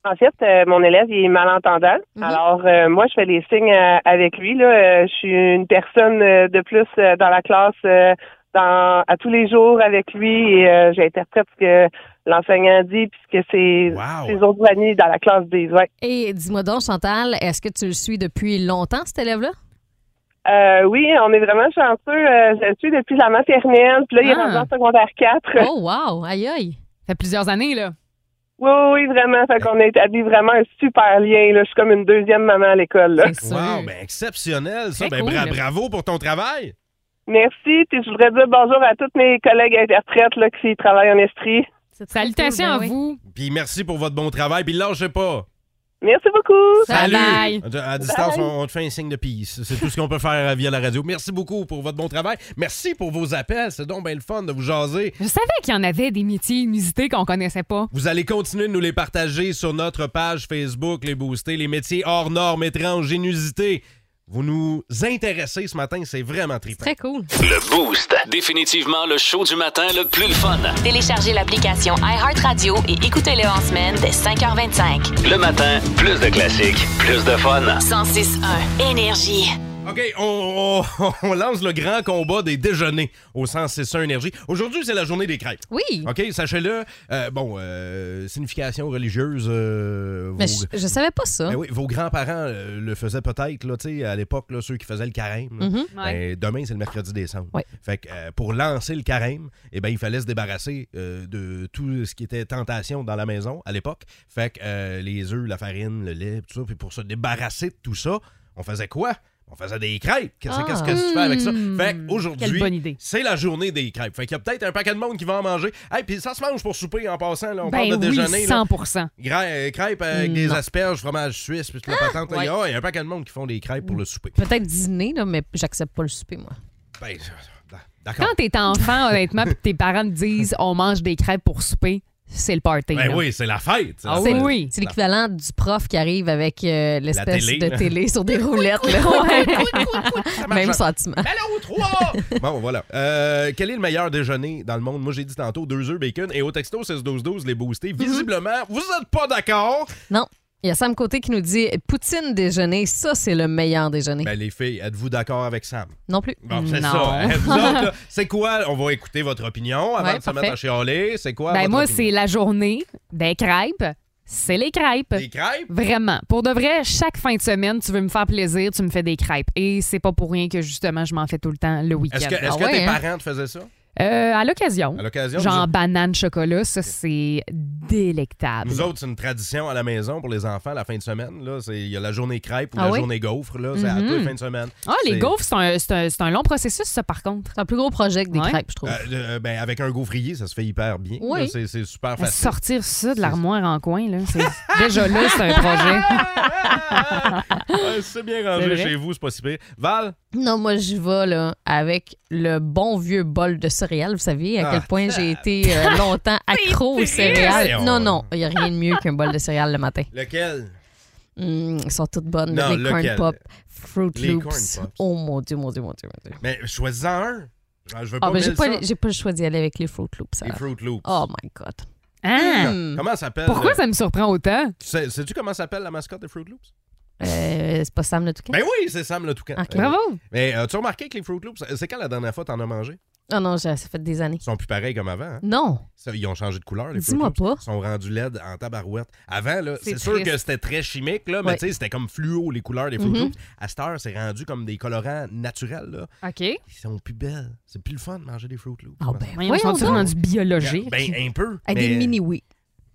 M: En fait, euh, mon élève, il est malentendant.
F: Mhm.
M: Alors, euh, moi, je fais les signes euh, avec lui. Là. Euh, je suis une personne euh, de plus euh, dans la classe euh, dans, à tous les jours avec lui et euh, j'interprète ce que l'enseignant dit puis ce que ses, ses autres amis dans la classe disent. Ouais.
F: Et dis-moi donc, Chantal, est-ce que tu le suis depuis longtemps, cet élève-là?
M: Euh, oui, on est vraiment chanceux. Euh, je le suis depuis la maternelle, puis là, il est
F: Ah.
M: rendu en secondaire 4.
F: Oh, wow! Aïe, aïe!
C: Ça fait plusieurs années, là.
M: Oui, *laughs* oui, oui, vraiment. Fait qu'on a établi vraiment un super lien. Là. Je suis comme une deuxième maman à l'école. là.
D: Wow, ben exceptionnel, ça.
M: Très
D: Ben bra-
M: cool.
D: bravo pour ton travail.
M: Merci. Puis je voudrais dire bonjour à tous mes collègues interprètes là, qui travaillent en Estrie.
C: Salutations
D: ben
C: à vous.
D: Puis merci pour votre bon travail. Puis lâchez pas.
M: Merci beaucoup.
D: À distance,
M: Bye.
D: on, on te fait un signe de peace. C'est tout ce qu'on peut faire via la radio. Merci beaucoup pour votre bon travail. Merci pour vos appels. C'est donc bien le fun de vous jaser.
C: Je savais qu'il y en avait des métiers inusités qu'on connaissait pas.
D: Vous allez continuer de nous les partager sur notre page Facebook, les booster, les métiers hors normes, étranges, inusités. Vous nous intéressez ce matin, c'est vraiment trippant.
F: Très cool.
B: Le Boost. Définitivement le show du matin le plus le fun.
A: Téléchargez l'application iHeartRadio et écoutez-le en semaine dès 5h25.
B: Le matin, plus de classiques, plus de fun.
A: 106.1 Énergie.
D: OK, on, on- on lance le grand combat des déjeuners au sens c'est ça énergie. Aujourd'hui, c'est la journée des crêpes.
F: Oui.
D: OK, sachez-le. euh, bon, euh, signification religieuse. euh,
F: Mais
D: vos-
F: je, je savais pas ça.
D: Ben oui, vos grands-parents euh, le faisaient peut-être là, tu sais, à l'époque, là, ceux qui faisaient le carême. là.
F: Mhm.
D: Ben,
F: Ouais.
D: demain, c'est le mercredi décembre.
F: Ouais.
D: Fait que, euh, pour lancer le carême, eh ben, il fallait se débarrasser euh, de tout ce qui était tentation dans la maison à l'époque. Fait que euh, les œufs, la farine, le lait, tout ça. Puis pour se débarrasser de tout ça, on faisait quoi? On faisait des crêpes. Qu'est-ce
I: Ah.
D: qu'est-ce que tu fais avec ça?
F: Ah.
C: Hmm.
I: Mmh.
D: Fait qu'aujourd'hui,
I: Quelle bonne
D: c'est la journée des crêpes. Fait qu'il y a peut-être un paquet de monde qui va en manger. Et puis ça se mange pour souper en passant. Là, on
C: Ben
D: parle de
C: oui,
D: déjeuner. là.
C: 100%.
D: Gra- euh, crêpes avec des
F: Non. Ah,
D: asperges, fromage suisse, puis toute la patente. là. Il y a-
F: ouais.
D: oh, il y a un paquet de monde qui font des crêpes pour le souper.
F: Peut-être dîner, là, mais j'accepte pas le souper, moi.
D: Ben, d'accord.
C: Quand t'es enfant, honnêtement, puis tes parents te disent on mange des crêpes pour souper, c'est le party.
D: Ben
C: là. Ah
D: oui, c'est la fête. c'est la
F: C'est-
D: fête.
F: C'est l'équivalent du prof qui arrive avec euh, l'espèce
D: télé,
F: de
D: là.
F: télé
D: *laughs*
F: sur des roulettes. là. Ouais. Même sentiment.
D: Ben
C: *laughs*
D: Bon, voilà. Euh, quel est le meilleur déjeuner dans le monde? Moi, j'ai dit tantôt deux œufs bacon et au texto 16-12-12, les boostés.
C: Mm-hmm.
D: Visiblement, vous êtes pas d'accord.
F: Non. Il y a Sam Côté qui nous dit Poutine déjeuner, ça, c'est le meilleur déjeuner.
D: Ben, les filles, êtes-vous d'accord avec Sam?
F: non plus.
D: Bon, c'est
F: Non.
D: ça. hein.
C: *laughs*
D: Vous autres, là, c'est quoi? On va écouter votre opinion avant
C: Ouais,
D: de se mettre
C: parfait.
D: à chialer. C'est quoi?
C: Ben
D: votre
C: moi,
D: opinion?
C: c'est la journée des crêpes. C'est les crêpes. Les
D: crêpes?
C: Vraiment. Pour de vrai, chaque fin de semaine, tu veux me faire plaisir, tu me fais des crêpes. Et c'est pas pour rien que justement, je m'en fais tout le temps le week-end.
D: Est-ce que, est-ce
C: Ah
D: que
C: ouais,
D: tes
C: hein?
D: parents te faisaient ça?
C: Euh, à l'occasion.
D: À l'occasion,
C: Genre
D: nous-
C: banane chocolat, ça c'est délectable.
D: Nous autres, c'est une tradition à la maison pour les enfants la fin de semaine. Là, C'est- il y a la journée crêpe ou
C: Ah
D: la
C: oui?
D: journée gaufre. Là, c'est à
C: Mhm.
D: toutes les fins de semaine.
C: Ah, les
D: C'est-
C: gaufres, c'est un, c'est un- c'est un long processus, ça, par contre.
F: C'est un plus gros projet que des crêpes, je trouve.
D: Euh, euh, ben, avec un gaufrier, ça se fait hyper bien.
C: Oui.
D: Là, C'est, c'est super
C: À
D: facile.
C: sortir ça de l'armoire en coin, là, c'est- déjà là, c'est
D: Ah!
C: un
D: *laughs*
C: projet.
D: Ouais, Ah! c'est bien
F: C'est
D: rangé
F: vrai.
D: chez vous, c'est pas si pire. Val,
F: Non, moi, je vais là, avec le bon vieux bol de céréales. Vous savez à
D: Ah,
F: quel point j'ai été
D: *laughs*
F: euh, longtemps accro aux
D: Voyons.
F: céréales. Non, non, il n'y a rien de mieux qu'un bol de céréales le matin.
D: lequel?
F: Hum, elles sont toutes bonnes.
D: Non,
F: les corn
D: lequel?
F: pop, Fruit
D: Les
F: Loops.
D: Corn Pops.
F: Oh mon Dieu, mon Dieu, mon Dieu, mon Dieu.
D: Mais Ben, choisis-en un. Je veux pas
F: Ah, ben, j'ai
D: mille
F: pas,
D: sortes.
F: le- j'ai pas le choix d'y aller avec les Fruit Loops.
D: Les
F: alors.
D: Fruit Loops.
F: Oh my God.
C: Ah!
F: Hum.
D: Comment ça s'appelle?
C: Pourquoi
D: le-
C: ça me surprend autant?
D: Tu sais, Sais-tu comment s'appelle la mascotte des Fruit Loops?
F: Euh, c'est pas Sam le Toucan?
D: Ben oui, c'est Sam le Toucan.
F: Ok.
D: Euh,
F: Bravo.
D: Mais as-tu remarqué que les Fruit Loops, c'est quand la dernière fois t'en as mangé?
F: Oh non, ça ça fait des années.
D: Ils sont plus pareils comme avant. hein?
F: Non.
D: Ça, ils ont changé de couleur, les
F: Dis-moi
D: Fruit Loops.
F: pas.
D: Ils sont rendus LED en tabarouette. Avant, là,
F: C'est
D: c'est sûr
F: triste.
D: que c'était très chimique, là, mais
F: Ouais.
D: tu sais, c'était comme fluo, les couleurs des Fruit
F: Mhm.
D: Loops. À cette heure, c'est rendu comme des colorants naturels, là.
C: OK.
D: Ils sont plus belles. C'est plus le fun de manger des Fruit Loops. hein.
F: Ah, ben,
C: Voyons, sont-ils rendus biologiques?
D: Ben, un peu.
F: Avec des
D: mais-
F: mini oui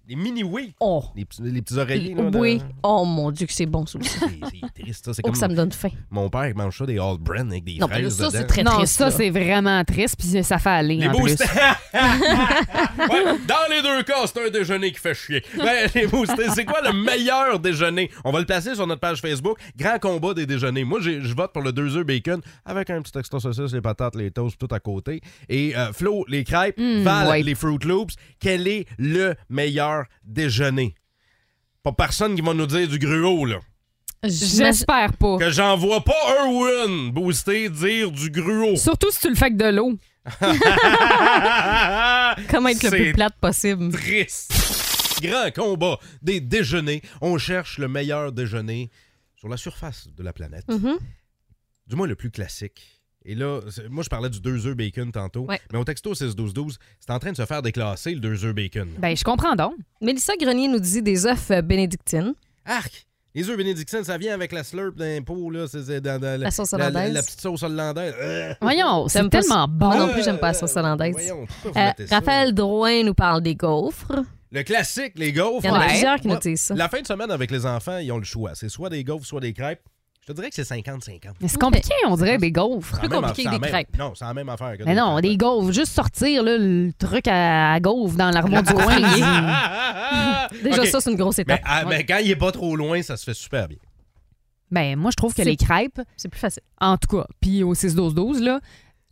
D: Des mini-oui.
F: Oh.
D: Les, petits- les petits oreillers, là. de-
F: Oui. Oh mon Dieu, que c'est bon, ça aussi.
D: C'est triste, ça. C'est
F: Oh,
D: comme
F: que ça me donne faim.
D: Mon père, il mange ça des All Brand avec des
F: Non, mais là,
D: fraises
F: ça, c'est
D: dedans.
F: très
C: non,
F: triste.
C: ça,
F: là.
C: c'est vraiment triste, puis ça fait aller.
D: Les
C: en
D: boostés.
C: *laughs* plus.
D: *laughs* Ouais, dans les deux cas, c'est un déjeuner qui fait chier. Ben, les boostés, c'est quoi le meilleur déjeuner? On va le placer sur notre page Facebook. Grand combat des déjeuners. Moi, j'ai- je vote pour le deux œufs bacon avec un petit extra saucisse, les patates, les toasts, tout à côté. Et euh, Flo, les crêpes.
F: Hmm,
C: Mm,
D: Val,
C: ouais.
D: les Fruit Loops. Quel est le meilleur déjeuner? Pas personne qui va nous dire du gruau, là.
F: J'imagine-
C: J'espère pas.
D: Que j'en vois pas un ou une boosté dire du gruau.
C: Surtout si tu le fais avec de l'eau.
D: *laughs*
F: Comment être le
D: C'est
F: plus plate possible?
D: triste. Grand combat des déjeuners. On cherche le meilleur déjeuner sur la surface de la planète.
F: Mhm. Mm-hmm.
D: Du moins le plus classique. Et là, c'est- moi, je parlais du 2 œufs bacon tantôt.
F: Ouais.
D: Mais au texto 6-12-12, c'est en train de se faire déclasser le 2 œufs bacon.
C: Ben, je comprends donc.
F: Mélissa Grenier nous dit des œufs euh, bénédictines.
D: Arc! Les œufs bénédictines, ça vient avec la slurp d'un pot, là. C'est, c'est dans, dans-
F: La sauce
D: la,
F: hollandaise.
D: la petite sauce hollandaise. Euh,
C: Voyons, c'est Ah
F: T'aimes pas
C: tellement
F: ça?
C: bon.
F: Moi non plus, j'aime pas la sauce hollandaise.
D: voyons, pourquoi vous
F: Euh,
D: mettez ça?
F: Raphaël Drouin nous parle des gaufres.
D: Le classique, les gaufres.
F: Il y en a
D: Ben,
F: plusieurs qui
D: moi,
F: nous disent ça.
D: La fin de semaine avec les enfants, ils ont le choix. C'est soit des gaufres, soit des crêpes. Je te dirais que c'est 50-50.
C: Mais c'est compliqué, on dirait, des gaufres.
D: C'est la
F: plus
D: même
F: compliqué
D: affaire,
F: que des
D: la même-
F: crêpes.
D: Non, c'est la même affaire. Que
C: Mais
D: des
C: non,
D: crêpes.
C: des gaufres. Juste sortir là, le truc à, à gaufre dans l'armoire
D: *laughs*
C: du coin. c'est-
D: Ah, ah, ah!
F: Déjà,
D: Ok.
F: ça, c'est une grosse
D: Mais,
F: étape.
D: ah,
F: Ouais.
D: mais quand il est pas trop loin, ça se fait super bien.
C: *laughs* Ben, moi, je trouve que
F: C'est-
C: les crêpes,
F: C'est plus facile.
C: en tout cas, puis au 6-12-12, là,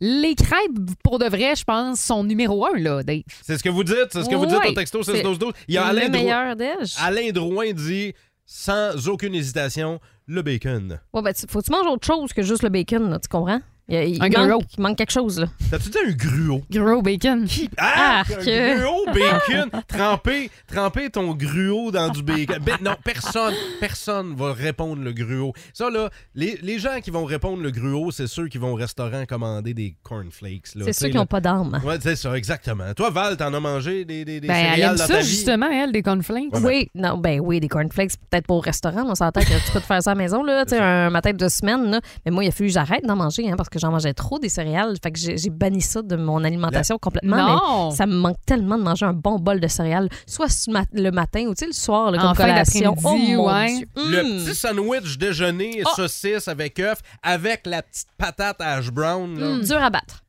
C: les crêpes, pour de vrai, je pense, sont numéro un, là, Dave.
D: C'est ce que vous dites, c'est ce que vous dites
C: Ouais.
D: au texto
F: C'est
D: 16-12-12. Il y a
F: Le
D: Alain, Drouin, Ah.
F: meilleur d'âge.
D: Alain Drouin dit, sans aucune hésitation, le bacon.
F: Ouais, ben, tu- faut que tu manges autre chose que juste le bacon, là, tu comprends? Il, y a- il
C: Un
F: manque,
C: gruau.
F: il manque quelque chose, là.
D: T'as-tu dit un gruau?
C: Gros bacon.
D: Ah,
F: Arc.
D: un gruau bacon. tremper, tremper ton gruau dans du bacon. Ben, non, personne, personne va répondre le gruau. Ça, là, les, les gens qui vont répondre le gruau, c'est ceux qui vont au restaurant commander des cornflakes. là, tu
F: C'est
D: sais,
F: ceux qui
D: là.
F: n'ont pas d'armes.
D: Ouais, c'est ça, exactement. Toi, Val, t'en as mangé des, des, des
C: Ben, elle
D: céréales
C: aime
D: dans
C: ça,
D: ta vie?
C: justement, elle, des cornflakes.
D: Ouais,
F: Oui, non, ben oui, des cornflakes, peut-être pas au restaurant, on s'entend que tu peux te faire ça à la maison, là, tu sais, un matin de semaine, là. Mais moi, il a fallu que j'arrête d'en manger, hein, parce que j'en mangeais trop des céréales. Fait que j'ai j'ai banni ça de mon alimentation complètement.
C: Non.
F: Mais ça me manque tellement de manger un bon bol de céréales, soit ce ma- le matin ou, tu sais, le soir, là,
C: En
F: comme
C: fin
F: collation. Oh
C: d'après-midi,
F: mon
C: ouais.
F: Dieu.
D: Le
F: Mm.
D: petit sandwich déjeuner,
F: Oh.
D: saucisse avec œuf, avec la petite patate hash brown. là.
F: Dur à battre.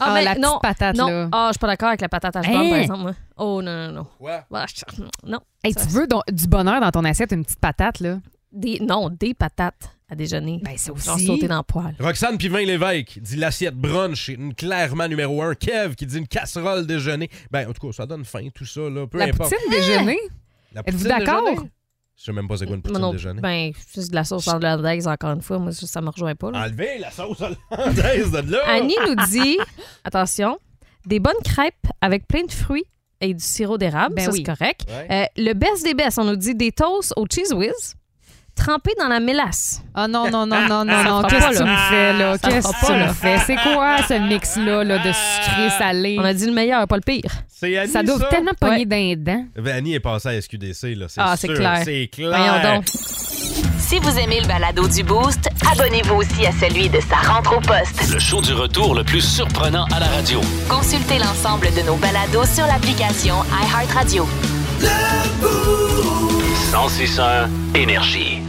C: Ah,
F: ben,
C: la petite
F: Hmm. non,
C: patate,
F: non.
C: là.
F: Ah, je suis pas d'accord avec la patate à jambon,
C: Hein?
F: par exemple. moi. Oh, non, non, non.
D: Quoi?
F: Bah, je- Non.
C: Hey,
F: Ça,
C: tu veux donc du bonheur dans ton assiette, une petite patate, là?
F: Des, non, des patates à déjeuner.
C: Ben, c'est
F: Genre
C: aussi...
F: sauter dans le poêle.
D: Roxane Pivin-Lévesque dit l'assiette brunch, c'est une clairement numéro un. Kev qui dit une casserole déjeuner. Ben, en tout cas, ça donne faim, tout ça, là. Peu
C: La
D: importe.
C: poutine déjeuner?
D: La
C: Êtes-vous
D: poutine
C: d'accord?
D: déjeuner? Je sais même pas c'est quoi une
F: Moi
D: poutine
F: non-
D: déjeuner.
F: Ben, juste de la sauce hollandaise, encore une fois. Moi, ça, ça me rejoint pas. là.
D: Enlevez la sauce hollandaise de là!
F: Annie nous dit, *laughs* attention, des bonnes crêpes avec plein de fruits et du sirop d'érable.
C: Ben
F: ça,
C: oui.
F: c'est correct.
D: Ouais.
F: Euh, le best des best, on nous dit des toasts au cheese whiz trempés dans la mélasse.
C: Ah non, non, non, non, non,
F: Ça
C: non.
F: fera
C: Qu'est-ce
F: pas,
C: que tu
F: là.
C: me fais, là?
F: Ça
C: Qu'est-ce que
F: fera
C: tu
F: pas,
C: me
F: là. Ah.
C: fais? C'est quoi ce mix-là là, de sucré salé?
F: On a dit le meilleur, pas le pire.
D: C'est Annie,
C: Ça doit tellement pogner d'un dent.
D: Ben, Annie est passée à SQDC, là. C'est
F: Ah, c'est
D: sûr,
F: clair.
D: C'est clair.
F: Voyons donc.
A: Si vous aimez le balado du Boost, abonnez-vous aussi à celui de sa rentre au poste.
B: Le show du retour le plus surprenant à la radio.
A: Consultez l'ensemble de nos balados sur l'application iHeartRadio.
B: 1061 Énergie.